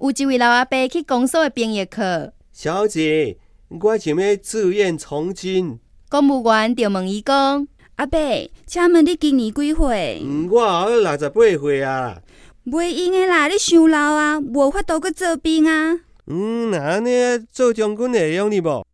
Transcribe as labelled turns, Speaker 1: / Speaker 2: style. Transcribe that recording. Speaker 1: 有一位老阿伯去公所的兵役课，
Speaker 2: 小姐，我想要自愿从军。
Speaker 1: 公务员就问伊讲，
Speaker 3: 阿伯，请问你今年几岁？
Speaker 2: 嗯，我后尾六十八岁啊。
Speaker 3: 袂用的啦，你伤老啊，无法度去做兵啊。
Speaker 2: 嗯，那安尼做将军会用哩无？